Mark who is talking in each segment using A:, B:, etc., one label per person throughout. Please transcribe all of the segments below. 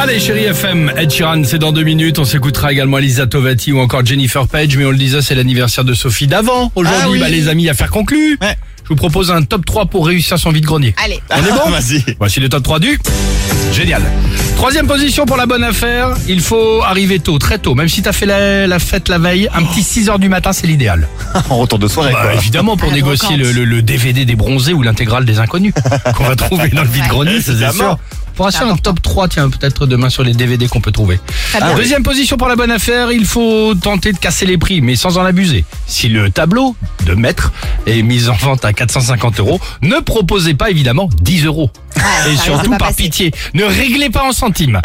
A: Allez chérie FM, Ed Sheeran c'est dans deux minutes, on s'écoutera également Lisa Tovati ou encore Jennifer Page, mais on le disait c'est l'anniversaire de Sophie d'avant, aujourd'hui
B: Ah oui.
A: bah, les amis affaire conclue
B: Ouais.
A: Je vous propose un top 3 pour réussir son vide-grenier.
C: Allez.
A: On est bon
B: Vas-y.
A: Voici le top 3 du... Génial Troisième position pour la bonne affaire, il faut arriver tôt, très tôt, même si t'as fait la, la fête la veille, un petit 6h du matin c'est l'idéal.
B: En retour de soirée,
A: Bah,
B: quoi.
A: évidemment pour
C: Ah,
A: négocier
C: brocante.
A: le, le- le DVD des bronzés ou l'intégrale des inconnus qu'on va trouver dans le vide-grenier, ça, c'est
B: Évidemment.
A: sûr. Pour assurer un top 3, tiens, peut-être demain sur les DVD qu'on peut trouver.
C: bien.
A: Deuxième position pour la bonne affaire, il faut tenter de casser les prix, mais sans en abuser. Si le tableau de maître est mis en vente à 450 euros, ne proposez pas évidemment 10 euros. Et
C: Ah, ça risque
A: surtout
C: de pas
A: par
C: passer.
A: pitié, ne réglez pas en centimes.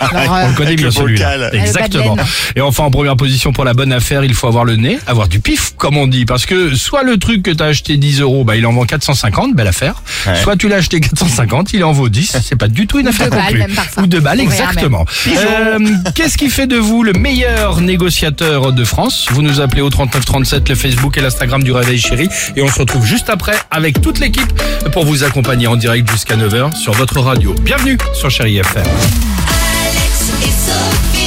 A: On le connaît
B: Avec
A: bien
B: le
A: celui-là.
B: bocal.
C: Euh,
A: Exactement.
C: Le bas de
A: Et enfin, en première position pour la bonne affaire, il faut avoir le nez, avoir du pif, comme on dit. Parce que soit le truc que t'as acheté 10 euros, bah, il en vend 450, belle affaire.
B: Ouais.
A: Soit tu l'as acheté 450, il en vaut 10. C'est pas du tout une affaire
C: balles,
A: conclue.
C: même parfois.
A: Ou deux balles,
C: Pour rien
A: exactement. Euh, Qu'est-ce qui fait de vous le meilleur négociateur de France Vous nous appelez au 3937, le Facebook et l'Instagram du Réveil Chéri. Et on se retrouve juste après avec toute l'équipe pour vous accompagner en direct jusqu'à 9h sur votre radio. Bienvenue sur Chéri FM.
D: Alex et Sophie.